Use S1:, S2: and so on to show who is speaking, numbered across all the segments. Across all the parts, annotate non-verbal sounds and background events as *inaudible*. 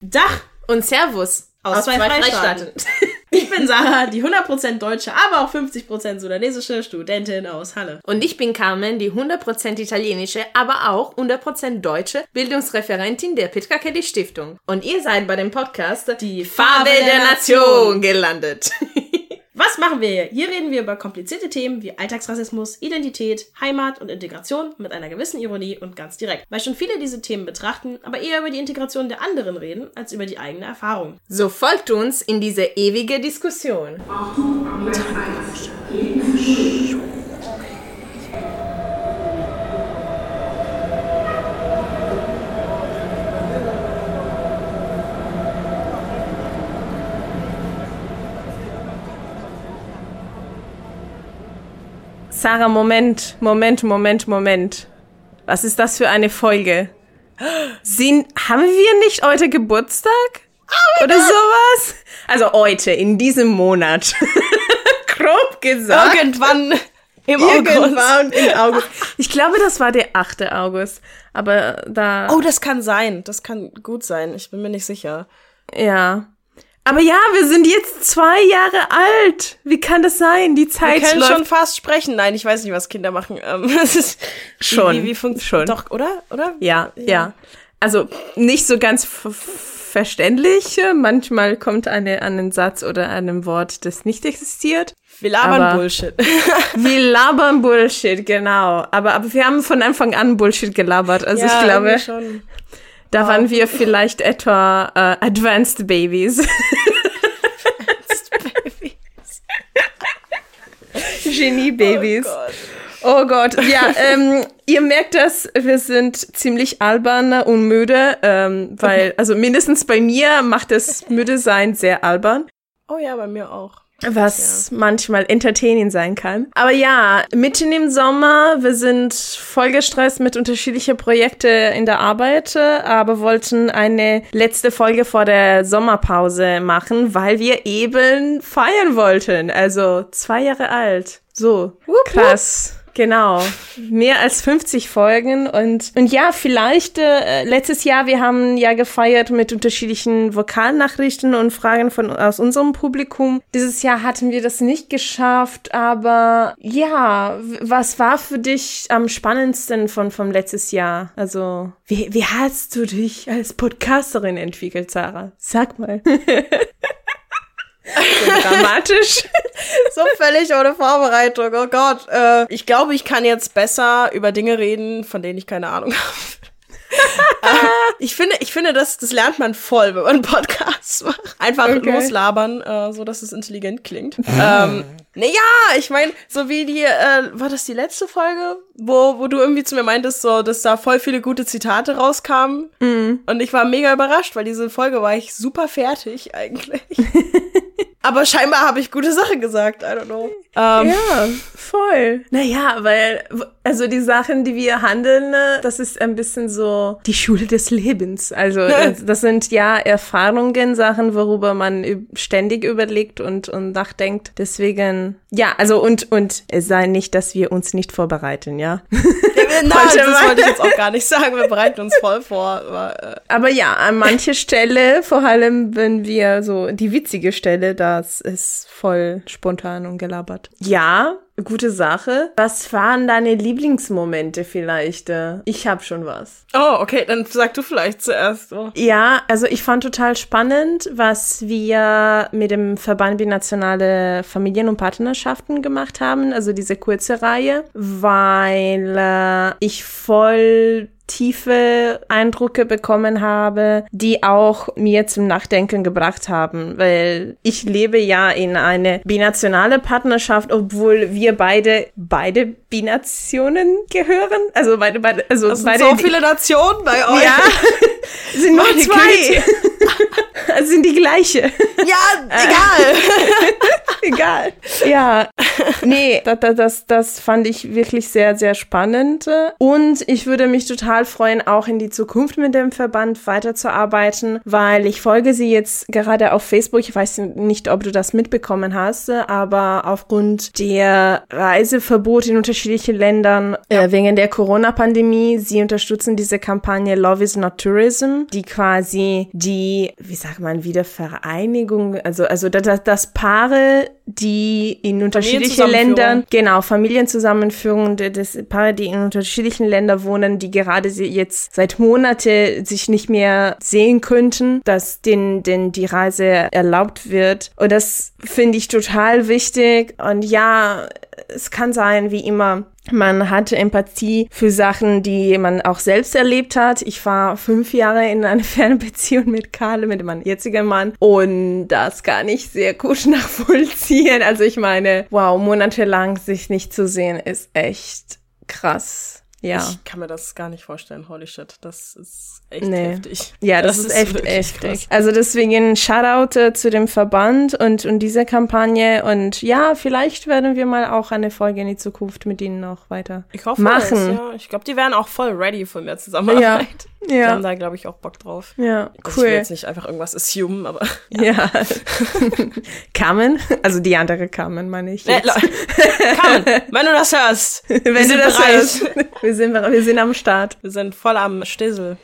S1: Dach
S2: Und Servus aus, zwei, Freistaaten.
S1: Ich bin Sarah, die 100% deutsche, aber auch 50% sudanesische Studentin aus Halle.
S2: Und ich bin Carmen, die 100% italienische, aber auch 100% deutsche Bildungsreferentin der Pitka Kelly Stiftung. Und ihr seid bei dem Podcast
S1: Die
S2: Farbe
S1: Farbe
S2: der
S1: der
S2: Nation gelandet.
S1: Was machen wir hier? Hier reden wir über komplizierte Themen wie Alltagsrassismus, Identität, Heimat und Integration mit einer gewissen Ironie und ganz direkt. Weil schon viele diese Themen betrachten, aber eher über die Integration der anderen reden, als über die eigene Erfahrung.
S2: So folgt uns in diese ewige Diskussion. Sarah, Moment, Moment, Moment, Moment. Was ist das für eine Folge? Sind, haben wir nicht heute Geburtstag?
S1: Oh
S2: Oder sowas? Also heute, in diesem Monat. *laughs* Grob gesagt.
S1: Irgendwann im *laughs*
S2: Irgendwann im August. Ich glaube, das war der 8. August. Aber da,
S1: Oh, das kann sein. Das kann gut sein. Ich bin mir nicht sicher.
S2: ja. Aber ja, wir sind jetzt zwei Jahre alt. Wie kann das sein? Die
S1: Wir
S2: Zeit
S1: können
S2: läuft
S1: schon fast sprechen. Nein, ich weiß nicht, was Kinder machen. Ähm, *laughs* Es ist
S2: Schon.
S1: Wie, wie, wie funktioniert
S2: Schon.
S1: Doch, oder? Oder?
S2: Ja, ja. Also nicht so ganz f- f- verständlich. Manchmal kommt eine an einen Satz oder an einem Wort, das nicht existiert.
S1: Wir labern
S2: Aber- Also
S1: Bullshit.
S2: *laughs*
S1: *laughs*
S2: Wir labern Bullshit, genau. Aber, aber wir haben von Anfang an Bullshit gelabert. Also ich glaube,
S1: irgendwie Schon.
S2: da waren wir vielleicht etwa äh, Advanced
S1: *laughs*
S2: Babies. *laughs* Genie-Babys.
S1: Gott.
S2: Oh Gott,
S1: *laughs*
S2: ja, ähm, ihr merkt das, wir sind ziemlich albern und müde, ähm, weil, also mindestens bei mir macht das müde sein sehr albern,
S1: Oh ja, bei mir auch.
S2: was manchmal entertaining sein kann. Aber ja, mitten im Sommer, wir sind vollgestresst mit unterschiedlichen Projekten in der Arbeit, äh, aber wollten eine letzte Folge vor der Sommerpause machen, weil wir eben feiern wollten. Also zwei Jahre alt. So, krass. Genau. Mehr als 50 Folgen und, und ja, vielleicht äh, letztes Jahr, wir haben ja gefeiert mit unterschiedlichen Vokalnachrichten und Fragen von, aus unserem Publikum. Dieses Jahr hatten wir das nicht geschafft, aber ja, w- was war für dich am spannendsten von, vom letztes Jahr? Also, wie, wie hast du dich als Podcasterin entwickelt, Sarah? Sag mal. *laughs* so dramatisch.
S1: So völlig ohne Vorbereitung. Oh Gott. Äh, ich glaube, ich kann jetzt besser über Dinge reden, von denen ich keine Ahnung *laughs* habe. äh, ich finde, ich finde das, das lernt man voll, wenn man einen Podcast macht. Einfach
S2: Okay.
S1: loslabern, äh, so dass es intelligent klingt. ähm, naja, ich meine, so wie die, äh, war das die letzte Folge, wo, wo du irgendwie zu mir meintest, so, dass da voll viele gute Zitate rauskamen. Und ich war mega überrascht, weil diese Folge war ich super fertig eigentlich. Aber scheinbar habe ich gute Sachen gesagt. I don't know. *laughs* Ähm,
S2: Ja, voll. Naja, weil, also die Sachen, die wir handeln, ne, das ist ein bisschen so die Schule des Lebens. *laughs* Also das, das sind ja Erfahrungen, Sachen, worüber man üb- ständig überlegt und, und nachdenkt. Deswegen, ja, also und, und es sei nicht, dass wir uns nicht vorbereiten, ja.
S1: Nein,
S2: Heute
S1: das
S2: mal.
S1: wollte ich jetzt auch gar nicht sagen. Wir bereiten uns voll vor. Aber, äh,
S2: Aber ja, an manche Stelle, vor allem wenn wir so die witzige Stelle, das ist voll spontan und gelabert. Ja, gute Sache. Was waren deine Lieblingsmomente vielleicht? Äh, Ich habe schon was.
S1: oh, okay, dann sag du vielleicht zuerst. Oh.
S2: Ja, also ich fand total spannend, was wir mit dem Verband Binationale Familien und Partnerschaften gemacht haben, also diese kurze Reihe, weil äh, ich voll tiefe Eindrücke bekommen habe, die auch mir zum Nachdenken gebracht haben, weil ich lebe ja in eine binationale Partnerschaft, obwohl wir beide beide Binationen gehören, also beide beide also
S1: Es sind
S2: beide
S1: so
S2: die-
S1: viele Nationen bei euch.
S2: ja, *laughs*
S1: *laughs*
S2: Oh, sind nur
S1: Meine
S2: *laughs* zwei. Also sind die gleiche.
S1: ja *laughs* egal.
S2: Egal. Ja, nee, das, das, das fand ich wirklich sehr, sehr spannend. Und ich würde mich total freuen, auch in die Zukunft mit dem Verband weiterzuarbeiten, weil ich folge sie jetzt gerade auf Facebook. Ich weiß nicht, ob du das mitbekommen hast, aber aufgrund der Reiseverbote in unterschiedlichen Ländern äh, wegen der Corona-Pandemie, sie unterstützen diese Kampagne Love is not Tourism, die quasi die, wie sagt man, wieder Vereinigung, also, also das, das Paare, die in unterschiedlichen Ländern, genau, Familienzusammenführung, das Paare, die in unterschiedlichen Ländern wohnen, die gerade jetzt seit Monate sich nicht mehr sehen könnten, dass denen, denen die Reise erlaubt wird. Und das finde ich total wichtig. Und ja, es kann sein, wie immer, man hatte Empathie für Sachen, die man auch selbst erlebt hat. Ich war fünf Jahre in einer *laughs* Fernbeziehung mit Karl, mit meinem jetzigen Mann. Und das kann ich sehr gut *laughs* nachvollziehen. Also ich meine, wow, monatelang sich nicht zu sehen ist echt krass. Ja.
S1: Ich kann mir das gar nicht vorstellen. Holy shit. Das ist echt
S2: Nee.
S1: heftig.
S2: Ja, das, ist echt, echt. Also deswegen Shoutout äh, zu dem Verband und, und dieser Kampagne. Und ja, vielleicht werden wir mal auch eine Folge in die Zukunft mit ihnen noch weiter
S1: Ich hoffe,
S2: machen.
S1: Es, ja. ich glaube, die wären auch voll ready für mehr Zusammenarbeit.
S2: Ja.
S1: Die
S2: Ja.
S1: haben da, glaube ich, auch Bock drauf.
S2: Ja,
S1: Also Ich will
S2: cool.
S1: jetzt nicht einfach irgendwas assumen, aber.
S2: Ja. *laughs* Carmen? Also die andere Carmen, meine ich.
S1: Nee,
S2: Jetzt.
S1: Leute, *laughs* Carmen, wenn du das hörst,
S2: Wenn
S1: Äh, wir sind
S2: du das
S1: bereit.
S2: hörst. *laughs* Wir sind, wir sind am Start.
S1: Wir sind voll am Stissel.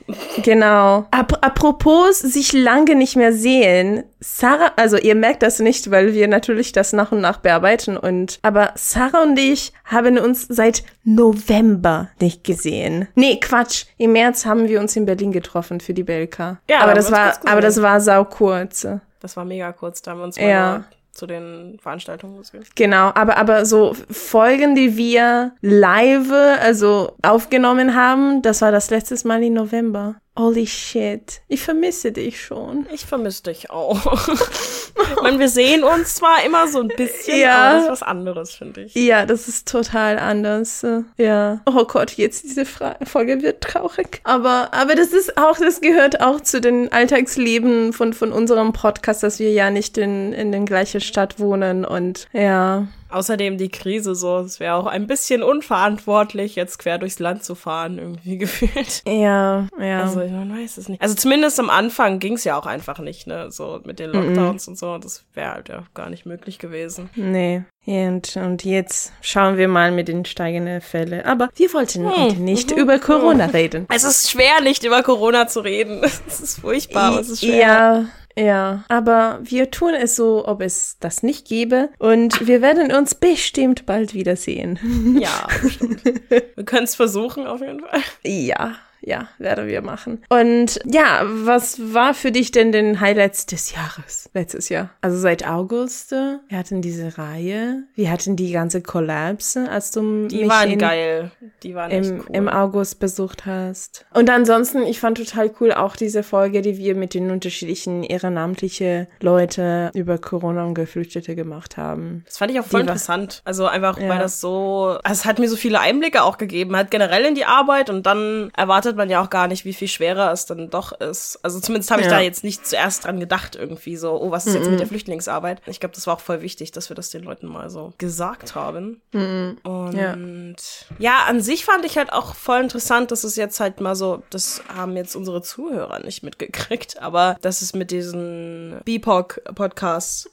S2: Genau. Ap apropos sich lange nicht mehr sehen. Sarah, also ihr merkt das nicht, weil wir natürlich das nach und nach bearbeiten und, aber Sarah und ich haben uns seit November nicht gesehen. Nee, Quatsch. Im März haben wir uns in Berlin getroffen für die Belka.
S1: Ja,
S2: aber
S1: haben
S2: das
S1: wir uns
S2: war,
S1: kurz gesehen.
S2: aber das war sau kurz.
S1: Das war mega kurz, da haben wir uns
S2: Ja.
S1: mal zu den Veranstaltungen gesehen.
S2: Genau, aber, aber so Folgen, die wir live, also aufgenommen haben, das war das letztes Mal im November. Holy shit. Ich vermisse dich schon.
S1: Ich vermisse dich auch. *laughs* ich meine, wir sehen uns zwar immer so ein bisschen,
S2: Ja.
S1: aber das ist was anderes, finde ich.
S2: Ja, das ist total anders. äh, Ja. Oh Gott, jetzt diese Fra Folge wird traurig. Aber, aber das ist auch, das gehört auch zu den Alltagsleben von, von unserem Podcast, dass wir ja nicht in, in den gleichen Stadt wohnen und, ja.
S1: Außerdem die Krise so. Es wäre auch ein bisschen unverantwortlich, jetzt quer durchs Land zu fahren, irgendwie *laughs* gefühlt.
S2: Ja, ja.
S1: Also man weiß es nicht. Also zumindest am Anfang ging es ja auch einfach nicht, ne? So mit den Lockdowns und so. Das wäre halt ja gar nicht möglich gewesen.
S2: Nee. Und, und jetzt schauen wir mal mit den steigenden Fällen. Aber wir wollten
S1: Hm,
S2: heute
S1: mhm,
S2: nicht über
S1: *laughs*
S2: Corona reden.
S1: Es ist schwer, nicht über Corona zu reden. *laughs* Es ist furchtbar, aber es ist schwer.
S2: Ja, ja. Aber wir tun es so, ob es das nicht gäbe. Und wir werden uns bestimmt bald wiedersehen. *laughs*
S1: Ja, bestimmt. Wir können es versuchen, auf jeden Fall.
S2: Ja. Ja, werden wir machen. Und ja, was war für dich denn den Highlights des Jahres? Letztes Jahr. Also seit August, äh, wir hatten diese Reihe, wir hatten die ganze Collabs, äh, als du
S1: Die
S2: mich
S1: waren
S2: in,
S1: geil. Die waren echt
S2: im,
S1: cool.
S2: im August besucht hast. Und ansonsten, ich fand total cool auch diese Folge, die wir mit den unterschiedlichen ehrenamtlichen Leute über Corona und Geflüchtete gemacht haben.
S1: das fand ich auch voll
S2: Die war-
S1: interessant. Also einfach,
S2: Ja.
S1: weil das so, also es hat mir so viele Einblicke auch gegeben, halt generell in die Arbeit und dann erwartet man ja auch gar nicht, wie viel schwerer es dann doch ist. Also zumindest habe ich
S2: Ja.
S1: da jetzt nicht zuerst dran gedacht irgendwie so, oh, was ist jetzt mit der Flüchtlingsarbeit? Ich glaube, das war auch voll wichtig, dass wir das den Leuten mal so gesagt haben. Und ja. an sich fand ich halt auch voll interessant, dass es jetzt halt mal so, das haben jetzt unsere Zuhörer nicht mitgekriegt, aber dass es mit diesen BIPOC-Podcasts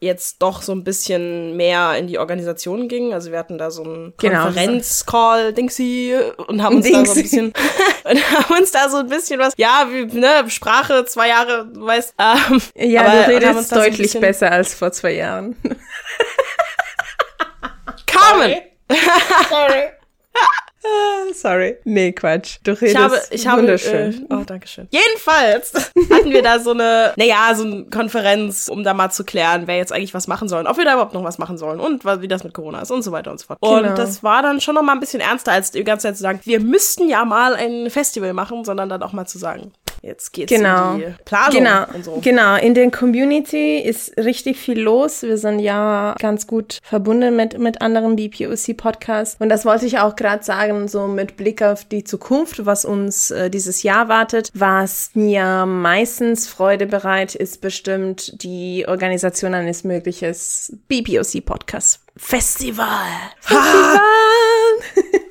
S1: jetzt doch so ein bisschen mehr in die Organisation ging. Also wir hatten da so einen
S2: Genau.
S1: Konferenzcall, Dingsy, und haben uns da so
S2: Dingsy.
S1: ein bisschen *laughs* und haben uns da so ein bisschen was, ja, wie, ne, Sprache, zwei Jahre, du weißt, ähm,
S2: Ja,
S1: aber- und
S2: du
S1: haben uns
S2: redest
S1: da so ein
S2: deutlich
S1: bisschen-
S2: besser als vor zwei Jahren. *laughs*
S1: Carmen!
S2: Sorry. Nee, Quatsch. Du redest
S1: Ich habe, ich habe,
S2: wunderschön.
S1: Äh, oh, danke schön. Jedenfalls
S2: *laughs*
S1: hatten wir da so eine, naja, so eine Konferenz, um da mal zu klären, wer jetzt eigentlich was machen soll, und ob wir da überhaupt noch was machen sollen und wa- wie das mit Corona ist und so weiter und so fort.
S2: Genau.
S1: Und das war dann schon noch mal ein bisschen ernster, als die ganze Zeit zu sagen, wir müssten ja mal ein Festival machen, sondern dann auch mal zu sagen, Jetzt geht's
S2: Genau.
S1: um die Planung
S2: Genau,
S1: und so.
S2: genau. In den Community ist richtig viel los. Wir sind ja ganz gut verbunden mit, mit anderen BPOC-Podcasts. Und das wollte ich auch gerade sagen, so mit Blick auf die Zukunft, was uns äh, dieses Jahr wartet. Was mir meistens Freude bereit, ist bestimmt die Organisation eines möglichen BPOC-Podcasts. Festival! Festival!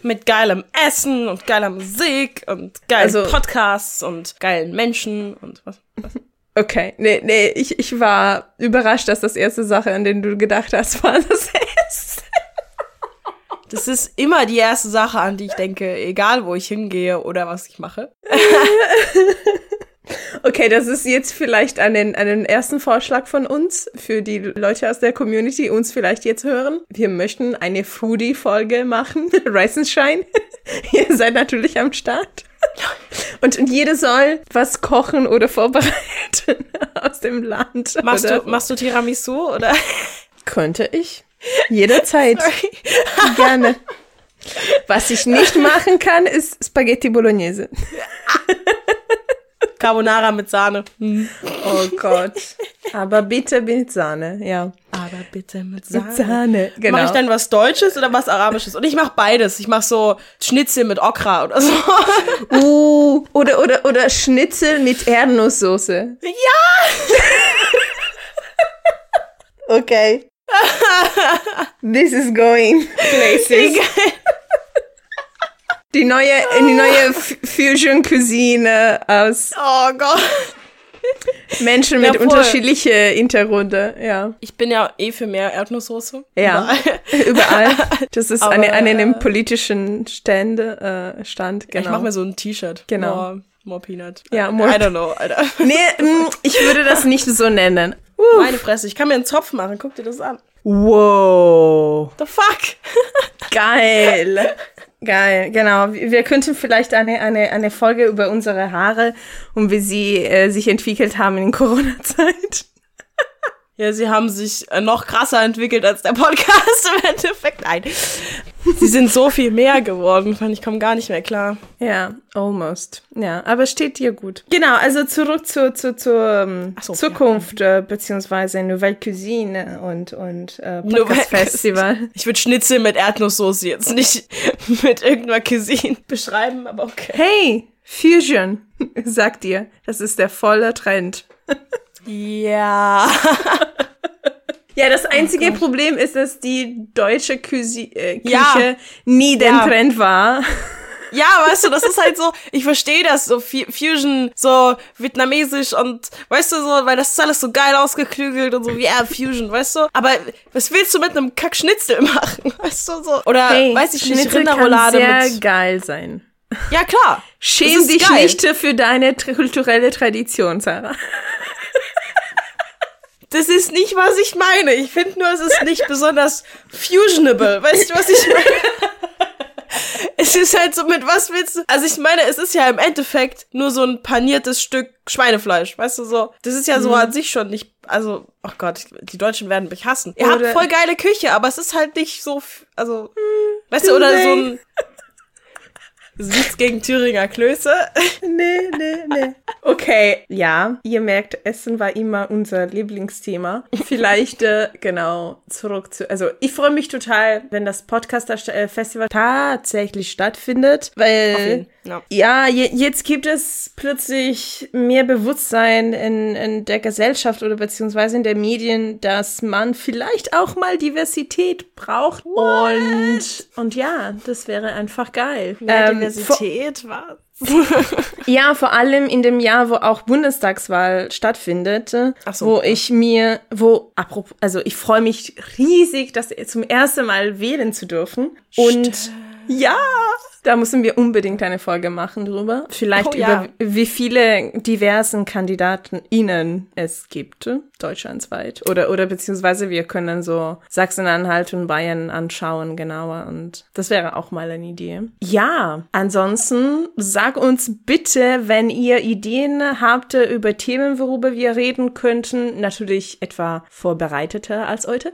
S1: Mit geilem Essen und geiler Musik und geilen
S2: Also-
S1: Podcasts und geilen Menschen und was.
S2: *laughs* Okay, nee, nee, ich, ich war überrascht, dass das erste Sache, an den du gedacht hast, war das Essen.
S1: Das ist immer die erste Sache, an die ich denke, egal wo ich hingehe oder was ich mache.
S2: Okay, das ist jetzt vielleicht an den, an den ersten Vorschlag von uns, für die Leute aus der Community uns vielleicht jetzt hören. Wir möchten eine Foodie-Folge machen. *laughs* Rice and Shine. Ihr seid natürlich am Start. *laughs* Und, und jede soll was kochen oder vorbereiten *laughs* aus dem Land.
S1: Machst
S2: oder?
S1: du, machst du Tiramisu oder?
S2: Könnte ich. Jederzeit. *laughs* Gerne. Was ich nicht machen kann, ist Spaghetti Bolognese.
S1: *laughs* Carbonara mit Sahne. Hm.
S2: Oh Gott. *laughs* Aber bitte mit Sahne, ja.
S1: Aber bitte mit
S2: Mit Sahne, genau.
S1: Mache ich dann was Deutsches oder was Arabisches? Und ich mache beides. Ich mache so Schnitzel mit Okra oder so. *laughs*
S2: *laughs* Uh, oder, oder, oder Schnitzel mit Erdnusssoße. Ja! *laughs* okay. This is going
S1: *laughs*
S2: places. Die neue, die
S1: Ah.
S2: neue F- Fusion-Cuisine aus
S1: Oh Gott.
S2: Menschen
S1: Ja,
S2: mit
S1: voll.
S2: unterschiedliche Hintergründe, ja.
S1: Ich bin ja eh für mehr Erdnusssoße.
S2: Ja,
S1: Überall.
S2: überall. Das ist
S1: Aber,
S2: an, an
S1: äh,
S2: einem politischen Stände, äh, Stand, genau.
S1: Ich mache mir so ein T-Shirt.
S2: Genau.
S1: More, more Peanut.
S2: Ja,
S1: I,
S2: more-
S1: I don't know, Alter.
S2: nee, mm, ich würde das nicht so nennen.
S1: *laughs* Meine Fresse, ich kann mir einen Zopf machen. Guck dir das an.
S2: Wow.
S1: The fuck?
S2: Geil. Geil, genau. Wir wir könnten vielleicht eine, eine, eine Folge über unsere Haare und wie sie äh, sich entwickelt haben in Corona-Zeit.
S1: Ja, sie haben sich äh, noch krasser entwickelt als der Podcast *laughs* im Endeffekt. Nein. Sie sind so viel mehr geworden, fand ich komme gar nicht mehr klar.
S2: Ja, almost. Ja, aber steht dir gut. Genau, also zurück zur, zur, zur ähm,
S1: Ach so,
S2: Zukunft, äh, beziehungsweise Nouvelle Cuisine und, und äh,
S1: Nouvelle
S2: Podcast Festival.
S1: Ich würde Schnitzel mit Erdnusssoße jetzt nicht *laughs* mit irgendeiner Cuisine beschreiben, aber okay.
S2: Hey, Fusion, *laughs* sagt ihr. Das ist der volle Trend.
S1: Ja.
S2: Ja,
S1: Oh
S2: das einzige Problem ist, dass die deutsche Küsi äh, Küche
S1: Ja.
S2: nie der
S1: Ja. Äh,
S2: Trend war.
S1: Ja, weißt du, das ist halt so, ich verstehe das, so Fu- Fusion, so vietnamesisch und, weißt du, so, weil das ist alles so geil ausgeklügelt und so, ja, Fusion, weißt du? Aber was willst du mit einem Kackschnitzel machen, *laughs* weißt du, so? Oder, weiß ich nicht,
S2: Schnitzel kann
S1: Rinderroulade
S2: sehr
S1: mit...
S2: geil sein.
S1: Ja, klar. Das
S2: Schäm
S1: ist
S2: dich
S1: geil.
S2: nicht für deine tr- kulturelle Tradition, Sarah.
S1: Das ist nicht, was ich meine. Ich finde nur, es ist nicht besonders fusionable. Weißt du, was ich meine?
S2: *laughs*
S1: Es ist halt so, mit was willst du? Also ich meine, es ist ja im Endeffekt nur so ein paniertes Stück Schweinefleisch, weißt du so. Das ist ja
S2: Mhm.
S1: so an sich schon nicht, also, oh Gott, ich- die Deutschen werden mich hassen. Ihr habt
S2: Oder-
S1: voll geile Küche, aber es ist halt nicht so, f- also,
S2: Hm,
S1: weißt du, oder so ein, das ist nichts gegen Thüringer Klöße.
S2: Nee, nee, nee. Okay, ja, ihr merkt, Essen war immer unser Lieblingsthema. Vielleicht, äh, genau, zurück zu. Also, ich freue mich total, wenn das Podcaster-Festival tatsächlich stattfindet, weil.
S1: Ja.
S2: Ja, je, jetzt gibt es plötzlich mehr Bewusstsein in, in der Gesellschaft oder beziehungsweise in der Medien, dass man vielleicht auch mal Diversität braucht. Und, und ja, das wäre einfach geil.
S1: Mehr
S2: Ähm, vor-
S1: Diversität war.
S2: ja, vor allem in dem Jahr, wo auch Bundestagswahl stattfindet, äh,
S1: Ach so,
S2: wo
S1: ja.
S2: ich mir, wo, apropos, also ich freue mich riesig, das zum ersten Mal wählen zu dürfen. Und ja, da müssen wir unbedingt eine Folge machen drüber. Vielleicht
S1: Oh,
S2: über
S1: ja.
S2: wie viele diversen KandidatenInnen es gibt, äh, deutschlandsweit. Oder, oder beziehungsweise wir können dann so Sachsen-Anhalt und Bayern anschauen genauer und das wäre auch mal eine Idee. Ja, ansonsten sag uns bitte, wenn ihr Ideen habt äh, über Themen, worüber wir reden könnten, natürlich etwa vorbereiteter als heute.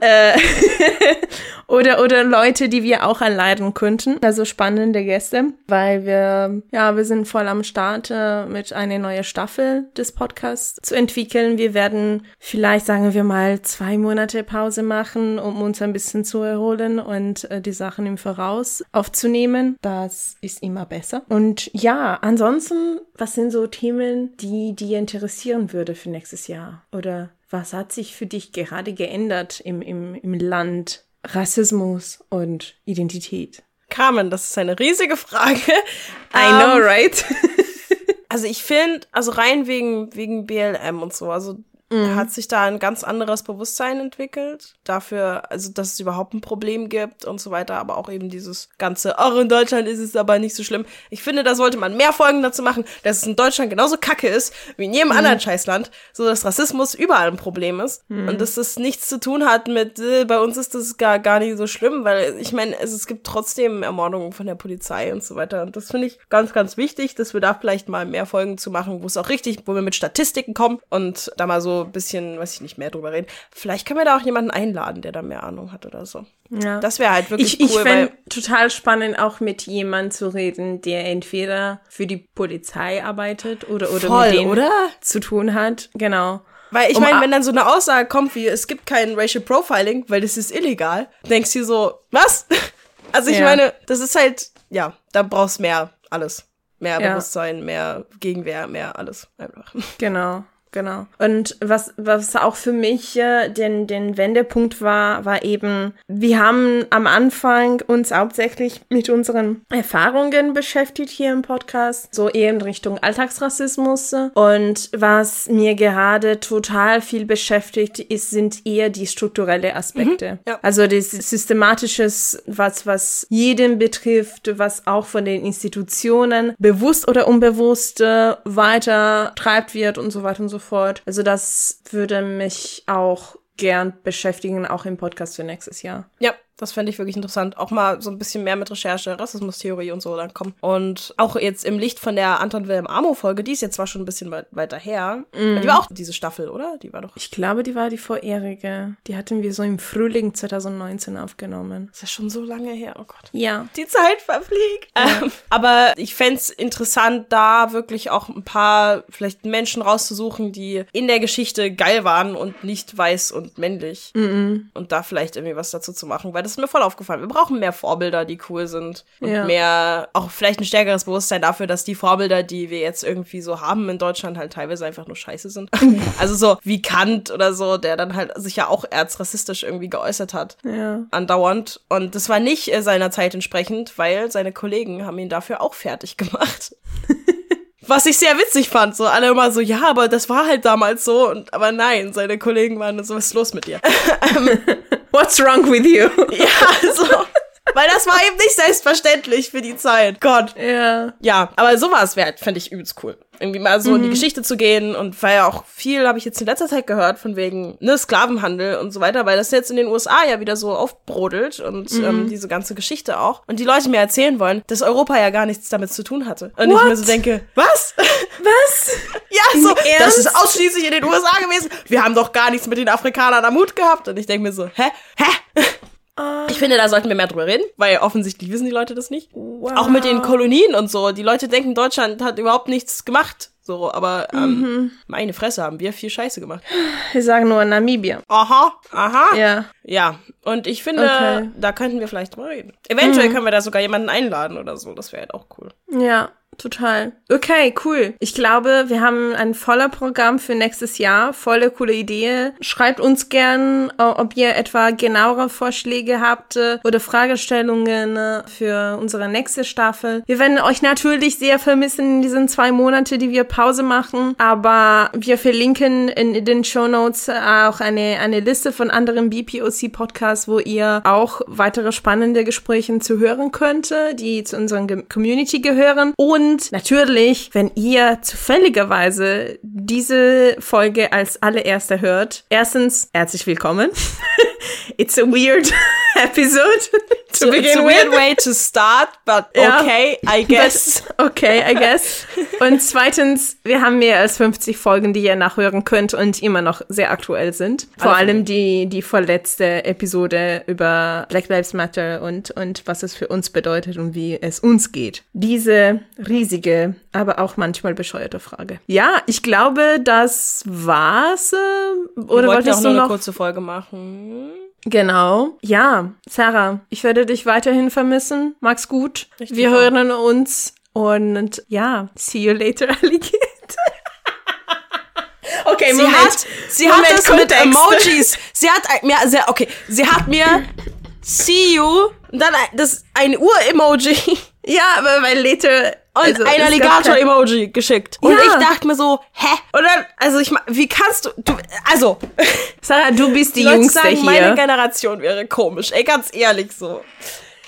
S2: Oder, oder Leute, die wir auch einladen könnten. Also spannende Gäste Gäste, weil wir, ja, wir sind voll am Start äh, mit einer neuen Staffel des Podcasts zu entwickeln. Wir werden vielleicht, sagen wir mal, zwei Monate Pause machen, um uns ein bisschen zu erholen und äh, die Sachen im Voraus aufzunehmen. Das ist immer besser. Und ja, ansonsten, was sind so Themen, die dir interessieren würde für nächstes Jahr? Oder was hat sich für dich gerade geändert im, im, im Land Rassismus und Identität?
S1: Carmen, das ist eine riesige Frage.
S2: I
S1: Ähm,
S2: know, right?
S1: Also ich finde, also rein wegen, wegen BLM und so, also
S2: Mhm.
S1: hat sich da ein ganz anderes Bewusstsein entwickelt. Dafür, also dass es überhaupt ein Problem gibt und so weiter, aber auch eben dieses ganze, auch in Deutschland ist es aber nicht so schlimm. Ich finde, da sollte man mehr Folgen dazu machen, dass es in Deutschland genauso kacke ist wie in jedem
S2: Mhm.
S1: anderen Scheißland, so dass Rassismus überall ein Problem ist
S2: Mhm.
S1: und dass das nichts zu tun hat mit, äh, bei uns ist das gar, gar nicht so schlimm, weil ich meine, es, es gibt trotzdem Ermordungen von der Polizei und so weiter. Und das finde ich ganz, ganz wichtig, dass wir da vielleicht mal mehr Folgen zu machen, wo es auch richtig, wo wir mit Statistiken kommen und da mal so ein bisschen, weiß ich nicht, mehr drüber reden. Vielleicht können wir da auch jemanden einladen, der da mehr Ahnung hat oder so.
S2: Ja.
S1: Das wäre halt *laughs* wirklich
S2: ich ich
S1: cool,
S2: fände
S1: weil
S2: total spannend, auch mit jemandem zu reden, der entweder für die Polizei arbeitet oder, oder
S1: Voll,
S2: mit denen
S1: oder?
S2: zu tun hat. Genau.
S1: Weil ich
S2: Um
S1: meine,
S2: a-
S1: wenn dann so eine Aussage kommt wie, es gibt kein Racial Profiling, weil das ist illegal, denkst du so, was? *laughs* Also ich
S2: Ja.
S1: meine, das ist halt, ja, da brauchst mehr alles. Mehr
S2: Ja.
S1: Bewusstsein, mehr Gegenwehr, mehr alles einfach. *laughs*
S2: Genau, genau. Und was, was auch für mich äh, den, den Wendepunkt war, war eben, wir haben am Anfang uns hauptsächlich mit unseren Erfahrungen beschäftigt hier im Podcast, so eher in Richtung Alltagsrassismus. Und was mir gerade total viel beschäftigt ist, sind eher die strukturellen Aspekte.
S1: ja.
S2: Also das Systematisches, was, was jeden betrifft, was auch von den Institutionen bewusst oder unbewusst äh, weiter treibt wird und so weiter und so fort. Also das würde mich auch gern beschäftigen, auch im Podcast für nächstes Jahr.
S1: Ja, das fände ich wirklich interessant. Auch mal so ein bisschen mehr mit Recherche, Rassismustheorie und so dann kommen. Und auch jetzt im Licht von der Anton Wilhelm Amo-Folge, die ist jetzt zwar schon ein bisschen weit, weiter her.
S2: Mhm.
S1: Die war auch diese Staffel, oder? Die war doch.
S2: Ich glaube, die war die vorherige. Die hatten wir so im Frühling 2019 aufgenommen.
S1: Ist ja schon so lange her, oh Gott.
S2: Ja.
S1: Die Zeit verfliegt. Ähm, aber ich fänd's interessant, da wirklich auch ein paar vielleicht Menschen rauszusuchen, die in der Geschichte geil waren und nicht weiß und männlich. Und da vielleicht irgendwie was dazu zu machen, weil das ist mir voll aufgefallen. Wir brauchen mehr Vorbilder, die cool sind. Und
S2: Ja.
S1: mehr, auch vielleicht ein stärkeres Bewusstsein dafür, dass die Vorbilder, die wir jetzt irgendwie so haben in Deutschland, halt teilweise einfach nur scheiße sind. also so wie Kant oder so, der dann halt sich ja auch erzrassistisch irgendwie geäußert hat
S2: Ja.
S1: andauernd. Und das war nicht äh, seiner Zeit entsprechend, weil seine Kollegen haben ihn dafür auch fertig gemacht. Was ich sehr witzig fand, so alle immer so, ja, aber das war halt damals so, und aber nein, seine Kollegen waren so, was ist los mit dir? *laughs*
S2: What's wrong with you?
S1: ja, so. Also, Weil das war eben nicht selbstverständlich für die Zeit. Gott.
S2: Ja.
S1: Ja, aber sowas wäre, fände ich übelst cool. Irgendwie mal so in die
S2: Mhm.
S1: Geschichte zu gehen und weil ja auch viel, habe ich jetzt in letzter Zeit gehört, von wegen ne, Sklavenhandel und so weiter, weil das jetzt in den USA ja wieder so aufbrodelt und ähm,
S2: Mhm.
S1: diese ganze Geschichte auch. Und die Leute mir erzählen wollen, dass Europa ja gar nichts damit zu tun hatte. Und ich mir
S2: What?
S1: so denke, was? *laughs*
S2: Was?
S1: ja, so,
S2: Im
S1: das ist
S2: Ernst?
S1: ausschließlich in den USA gewesen. Wir haben doch gar nichts mit den Afrikanern am Hut gehabt. Und ich denke mir so, hä? Hä?
S2: Ah.
S1: Ich finde, da sollten wir mehr drüber reden, weil offensichtlich wissen die Leute das nicht.
S2: Wow.
S1: Auch mit den Kolonien und so. Die Leute denken, Deutschland hat überhaupt nichts gemacht. So, aber ähm,
S2: Mhm.
S1: meine Fresse haben wir viel Scheiße gemacht.
S2: Wir sagen nur Namibia.
S1: Aha, aha. Ja,
S2: Ja.
S1: und ich finde,
S2: Okay. Mhm.
S1: da könnten wir vielleicht drüber reden. Eventuell können wir da sogar jemanden einladen oder so. Das wäre halt auch cool.
S2: Ja, total. Okay, cool. Ich glaube, wir haben ein voller Programm für nächstes Jahr, volle coole Idee. Schreibt uns gern, äh, ob ihr etwa genauere Vorschläge habt äh, oder Fragestellungen äh, für unsere nächste Staffel. Wir werden euch natürlich sehr vermissen in diesen zwei Monate, die wir Pause machen, aber wir verlinken in den Show Notes äh, auch eine, eine Liste von anderen BPOC-Podcasts, wo ihr auch weitere spannende Gespräche zu hören könnt, die zu unserer Ge- Community gehören. Und natürlich, wenn ihr zufälligerweise diese *laughs* Folge als allererste hört, erstens herzlich willkommen. It's a weird *laughs* episode
S1: So,
S2: to
S1: it's
S2: begin
S1: a
S2: with.
S1: weird way to start, but
S2: Ja.
S1: okay, I guess.
S2: But okay, I guess. Und zweitens, wir haben mehr als 50 Folgen, die ihr nachhören könnt und immer noch sehr aktuell sind. Vor allem die, die vorletzte Episode über Black Lives Matter und, und was es für uns bedeutet und wie es uns geht. Diese riesige, aber auch manchmal bescheuerte Frage. Ja, ich glaube, das war's. äh,
S1: Wir wollten
S2: Oder
S1: auch
S2: wolltest
S1: nur
S2: du
S1: eine
S2: noch?
S1: kurze Folge machen.
S2: Genau. Ja, Sarah, ich werde dich weiterhin vermissen. Mag's gut.
S1: Ich
S2: Wir
S1: dich auch.
S2: hören uns und ja, see you later, *laughs* Alligator. okay,
S1: Sie
S2: Moment.
S1: hat, sie
S2: Moment,
S1: hat das
S2: Kontext.
S1: mit Emojis. Sie hat ein- mir, sehr, okay, sie hat mir see you und dann ein, das ein Uhr-Emoji
S2: Ja, aber weil later
S1: und
S2: also, es
S1: ein
S2: gab kein-
S1: Alligator-Emoji geschickt. Und
S2: Ja.
S1: ich dachte mir so, hä? Und dann, also ich, ma- wie kannst du, du also, *laughs*
S2: Sarah, du bist die
S1: Leute
S2: Jüngste
S1: sagen, meine
S2: hier.
S1: Generation wäre komisch. Ey, ganz ehrlich so.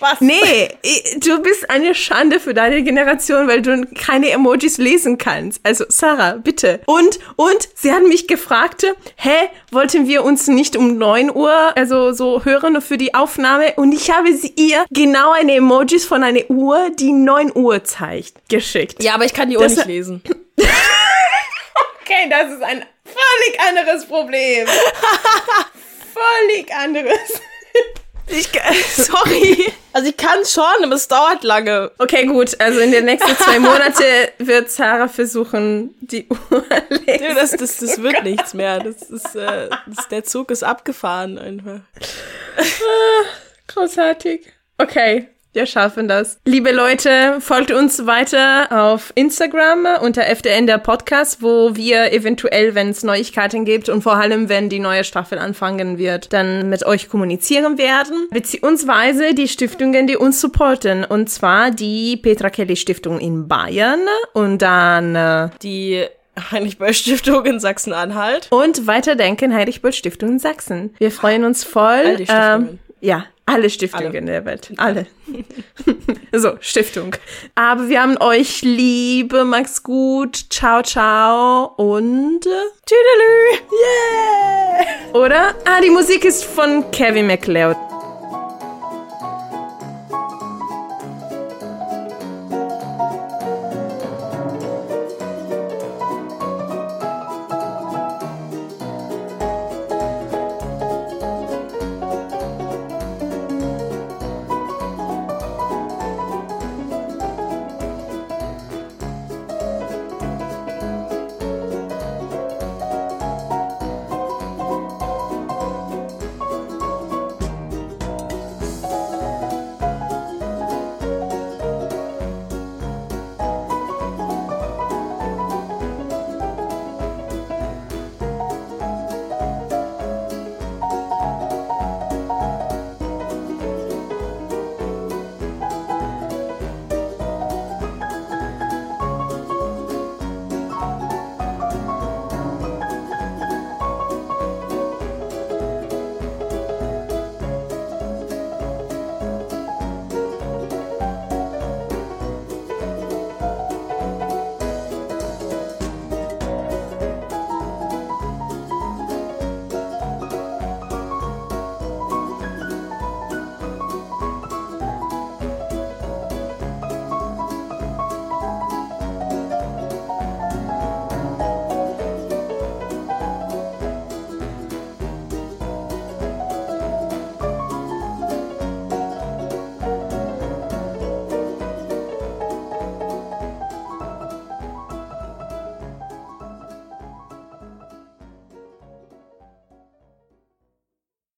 S1: Was?
S2: Nee, i- du bist eine Schande für deine Generation, weil du keine Emojis lesen kannst. Also, Sarah, bitte. Und, und, sie hat mich gefragt, hä, wollten wir uns nicht um 9 Uhr, also so hören für die Aufnahme? Und ich habe sie ihr genau eine Emojis von einer Uhr, die 9 Uhr zeigt, geschickt.
S1: Ja, aber ich kann die Uhr
S2: Das-
S1: nicht lesen.
S2: Okay, das ist ein völlig anderes *laughs* Problem. völlig anderes.
S1: *laughs* Ich, sorry. Also ich kann schon, aber es dauert lange.
S2: Okay, gut. Also in den nächsten *laughs* zwei Monate wird Sarah versuchen, die Uhr lesen.
S1: Ja, das, das, das wird nichts mehr. Das ist, äh, das, der Zug ist abgefahren einfach.
S2: Großartig. Okay, wir schaffen das. Liebe Leute, folgt uns weiter auf Instagram unter FDN der Podcast, wo wir eventuell, wenn es Neuigkeiten gibt und vor allem, wenn die neue Staffel anfangen wird, dann mit euch kommunizieren werden. Beziehungsweise die Stiftungen, die uns supporten. Und zwar die Petra Kelly Stiftung in Bayern und dann äh,
S1: Die Heinrich-Böll-Stiftung in Sachsen-Anhalt.
S2: Und Weiterdenken Heiligbild Stiftung in Sachsen. Wir freuen uns voll.
S1: All die Stiftungen.
S2: Ähm, ja, alle Stiftungen
S1: Alle.
S2: der Welt. Alle. *laughs* so, Stiftung. Aber wir haben euch liebe, macht's gut. Ciao, ciao und äh,
S1: Tüdelü! Yeah!
S2: oder? Ah, die Musik ist von Kevin MacLeod.